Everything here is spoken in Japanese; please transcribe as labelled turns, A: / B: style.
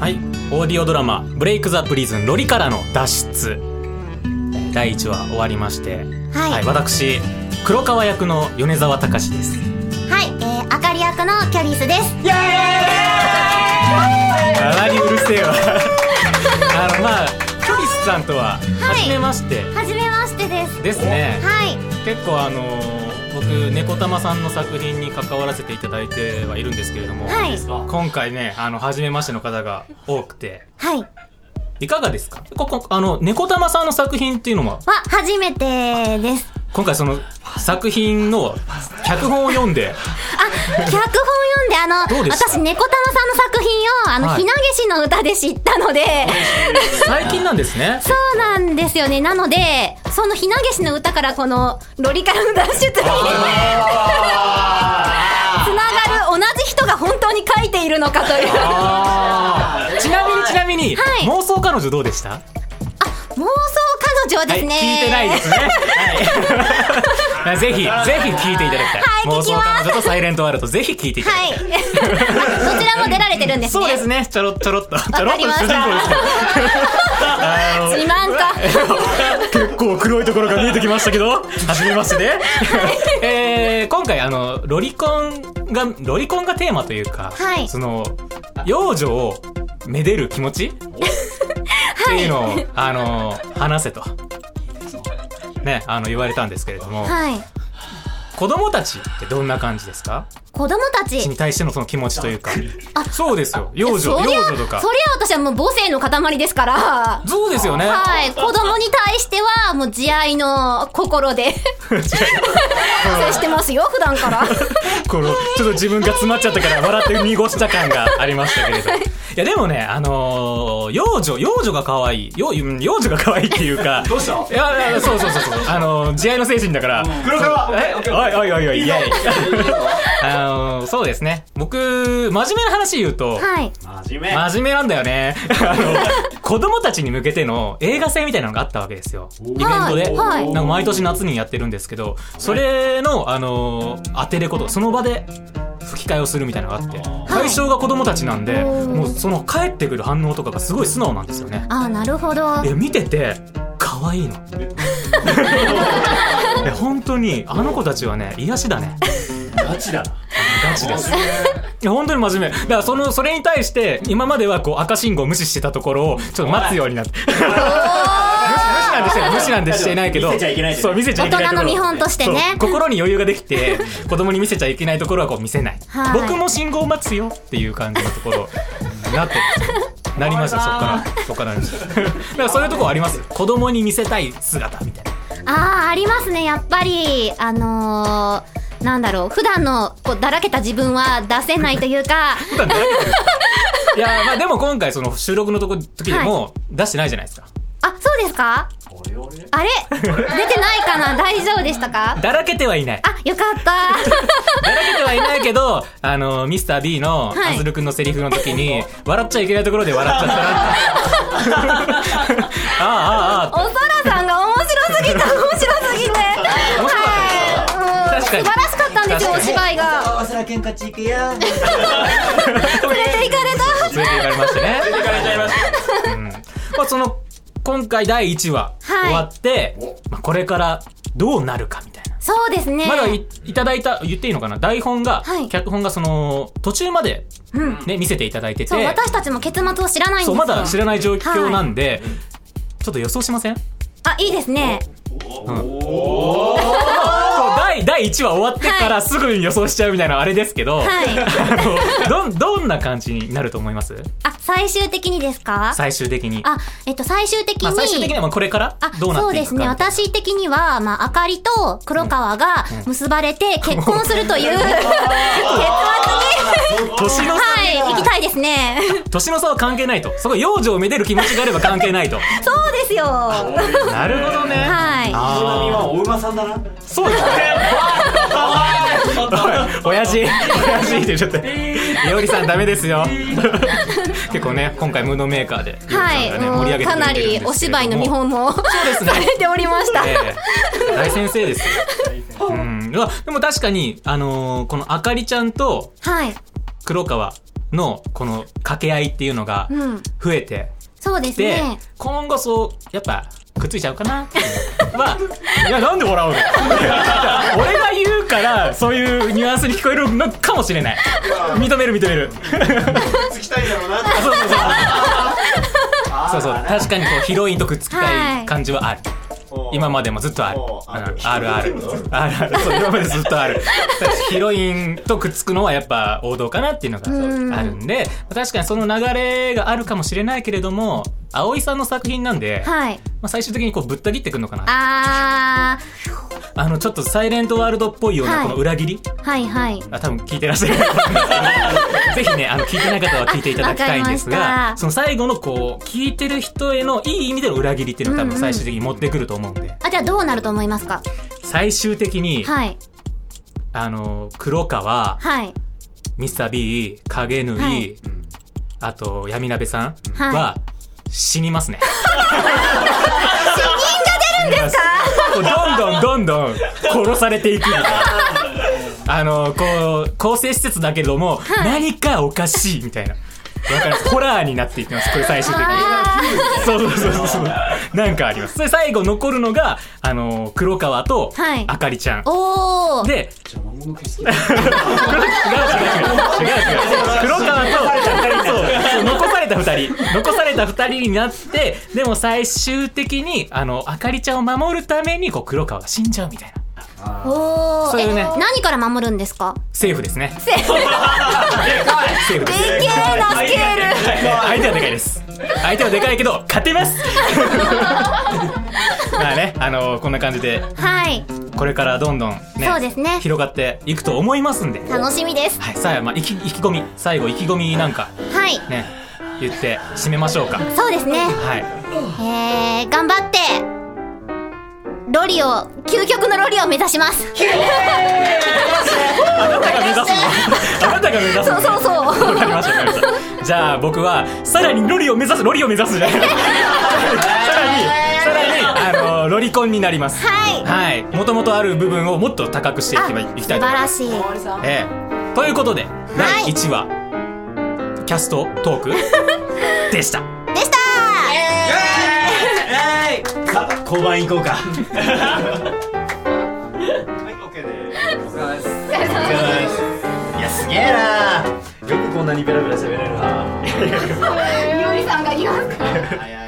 A: はいオーディオドラマ「ブレイク・ザ・プリズンロリからの脱出」えー第1話終わりまして、
B: はい
A: 私黒川役の米沢隆です
B: はい、えー、あかり役のキャリスです。
A: イエーイあまりうるせえわあのまあキョリスさんとは初めまして
B: はじめましてです。
A: ですね、
B: はい、
A: 結構あのー僕猫玉さんの作品に関わらせていただいてはいるんですけれども、
B: はい、
A: 今回ねあの初めましての方が多くて
B: はい、はい
A: かがですかここあの猫玉さんの作品っていうのは
B: 初めてです。
A: 今回その作品の脚本を読んで
B: あ、脚本読んで、あの、
A: どうでした
B: 私、猫玉さんの作品を、あの、
A: はい
B: ひなげしの歌で知ったので、
A: 最近なんですね
B: そうなんですよね。なので、そのひなげしの歌から、この、ロリからの脱出に、つな がる同じ人が本当に書いているのかという。
A: ちなみにちなみに、
B: はい
A: 妄想彼女どうでした
B: 妄想彼女はですね、
A: はい、聞いてないですね。 はい、ぜひぜひ聞いていただきたい。
B: はい
A: 妄
B: 聞き
A: 想
B: ま
A: 彼
B: す
A: 女とサイレントワールドぜひ聞いていただきたい。
B: はい。 どちらも出られてるんです
A: そ
B: ね。
A: うですね。ちょろちょろっとちょろ
B: か
A: っと
B: りました
A: 主人公ですけど。 あの
B: 自慢か。
A: 結構黒いところが見えてきましたけ ど、初めましてね。えー、今回あの、ロリコンが、ロリコンがテーマというか、
B: はい
A: その、幼女をめでる気持 ちっていうのを、あの、話せと。ね、あの、言われたんですけれども、
B: はい。
A: 子供たちってどんな感じですか
B: 子供たち。
A: に対してのその気持ちというか
B: あ。
A: そうですよ。幼女、
B: そりゃ
A: 幼女とか
B: そ。りゃ私はもう母性の塊です から。
A: そうですよね。
B: はい。子供に対しては、もう慈愛の心で接してます よ、普段から。
A: このちょっと自分が詰まっちゃったから笑って濁した感がありましたけれど。いやでもね、あのー幼女、幼女が可愛い。幼うん幼女が可愛いっていうか。 どうしたいや、いやそうそうそうそう。あのー、慈愛の精神だから。黒川え、おいおいおいおい、いやいや。あのーそうですね。僕、真面目な話言うと、
B: はい。
C: 真面目
A: 真面目なんだよね。あの、子供たちに向けての映画祭みたいなのがあったわけですよ。イベントで。
B: はいはい
A: なんか毎年夏にやってるんですけど、それの、あのー、当てレコと、その場で吹き替えをするみたいなのがあって、対象が子供たちなんで、
B: おー
A: もうその帰ってくる反応とかがすごい素直なんですよね。
B: ああ、なるほど。
A: いや、見てて、可愛い の。いや本当に、あの子たちはね、癒しだね。
C: ガチだ
A: ガチ です。いや、本当に真面目。だから、その、それに対して、今まではこう、赤信号を無視してたところを、ちょっと待つようになって。無視無視なんてしてない、 無視なんてしてないけど。
C: 見せちゃいけないですね
A: そう、見せちゃいけないところ。
B: 大人の見本としてね
A: そう心に余裕ができて、子供に見せちゃいけないところはこう、見せない。
B: はい
A: 僕も信号待つよっていう感じのところ、なってますなりました、そっから。そっからなんです。 だから、そういうところあります。子供に見せたい姿みたいな。
B: ああ、ありますね。やっぱり、あのー、なんだろう。普段の、こう、だらけた自分は出せないというか、
A: 普 段どうやってるんですかいやーまあでも今回その収録のとこ時でも出してないじゃないですか、
B: あ、そうですか
C: 俺俺
B: あれ出てないかな大丈夫でしたか
A: だらけてはいない
B: あ、よかった。
A: だらけてはいないけどあのミスター B の
B: はい
A: アズルくんのセリフの時に笑っちゃいけないところで笑っちゃった なってあああああ
B: おそらさんが面白すぎた、面白すぎ
A: 面白
B: て。は
A: か
B: い。
A: ったですか
B: 素晴らしかったんですよ、お
A: 確かに
B: 芝居が。
C: あら喧嘩ち行くよ
A: 連れて行か
B: 連れて行かれた。
A: れましたね連れて行かれちゃいました、うんまあ、その今回第1話
B: はい
A: 終わって、まあ、これからどうなるかみたいな
B: そうですね。
A: まだいいただいた言っていいのかな台本が、
B: はい
A: 脚本がその途中まで、ね見せていただいてて
B: そう、私たちも結末を知らないんです
A: そう
B: よ。
A: まだ知らない状況なんで、ちょっと予想しません
B: あ、いいですね。
A: そう第第1話終わってからすぐに予想しちゃうみたいなあれですけど、
B: はい。
A: あのどんどんな感じになると思います
B: あ、最終的にですか
A: 最終的に。
B: あ、えっと、最終的
A: まあ、最終的に
B: に。
A: はまあこれから
B: あ、
A: どうな
B: そ
A: っ
B: う
A: てい
B: で
A: くかみ
B: す
A: た
B: ね。
A: いな
B: 私的には、まあ、あかりと黒川が結ばれて結婚するという結末に、
A: 年の差、
B: はい、行きたいですね。
A: 年の差は関係ないと。そこ幼女をめでる気持ちがあれば関係ないと。
B: そうですよ。は
A: なるほどね。
B: い。
A: あー
C: 人並みはお馬さんだな
A: そうですね。おい親父、親父って言っちゃった。いおりさんダメですよ。結構ね、今回ムードメーカーで、いおりさんがね、盛り
B: は
A: 上
B: い、
A: げて
B: か
A: くれ
B: な
A: てるんですけれ
B: り
A: ども
B: お芝居の見。本も
A: そうですね
B: さ。れておりました。
A: ええ大先生ですよ。うん、うわでも確かに、あのーこのあかりちゃんと
B: はい、
A: 黒川のこの掛け合いっていうのが
B: うん
A: 増えて、
B: そうです
A: で、
B: ね。
A: 今後そうやっぱくっついちゃうか なっていうのはいやなんで笑うのいや 俺が言うからそういうニュアンスに聞こえるのかもしれない認める認める
C: つきたいんだろうなって
A: そうそうそう
C: あー
A: そうそう確かにこうヒロインとくっつきたい感じはある、
C: おう
A: 今までもずっとある
C: おうある
A: うんあるある
C: ヒロインも
A: あるある そう今までずっとあ るヒロインとくっつくのはやっぱ王道かなっていうの
B: うん
A: があるんで確かにその流れがあるかもしれないけれども葵さんの作品なんで、ま
B: はい。
A: あ、最終的にこうぶった切ってくるのかな
B: あ
A: あのちょっとサイレントワールドっぽいよう
B: は
A: ないこの裏切り、
B: ー、はいはい。
A: あ多分聞いてらっしゃると思うんですけど ぜひねあの聞いてない方は聞いていただきたいんです
B: あわかりまし
A: が
B: た
A: その最後のこう聞いてる人へのいい意味での裏切りっていうのを多
B: うんう
A: 分
B: ん
A: 最終的に持ってくると思うんで、
B: あ、じゃあどうなると思いますか
A: 最終的に、
B: はい。
A: あの黒川
B: はい。
A: ミスター B 影縫い、
B: はい
C: うん
A: あと闇鍋さん
B: はい
A: は死にますね、死人が出るんですかどんどんどんどん殺されていくみたいなあのこう構成施設だけども、何かおかしいみたいなわかりますホラーになっていきますこれ最終的に
B: あ
A: そうそうそうそうそうなんかありますそれ最後残るのがあの黒川と
B: はい
A: あかりちゃん、
B: ー。おー。
A: で
C: じゃあ魔物消す
A: 黒違う違う違う違う違う黒川とそう残された二人残された二人になってでも最終的にあのあかりちゃんを守るためにこう黒川が死んじゃうみたいな
B: おー。
A: そういうね
B: え、何から守るんで すか
A: セーフですね
B: でけ
A: セーフです
B: えなスケール
A: 相手はでかいです相手はでかいけど勝てます まあねあのこんな感じで
B: はい。
A: これからどんどんね
B: そうですね
A: 広がっていくと思いますんで
B: 楽しみです。
A: はいさあ、まあ、意気意気込み最後意気込みなんか
B: はい。
A: ね言って締めましょうか
B: そうですね。
A: はい
B: えー、頑張って、ロリを、究極のロリを目指します。
A: あなたが目指すのあなたが目指すの
B: そうそう そう
A: わかりましたわかりましたじゃあ僕はさらにロリを目指すロリを目指す じゃないさらにさらにあのロリコンになります
B: はい
A: はいもともとある部分をもっと高くしてい
B: あ
A: けばいいき
B: 素
A: たいと
B: 晴
A: 思いま
B: ら
A: す
B: しい。
A: ええということで第1話、キャストトー クでした
B: でした
C: さあ交番行こうかはい OK でーすお疲れ様ですいやすげえなよくこんなにベラベラ喋れるな
B: よりさんが言わん
C: いや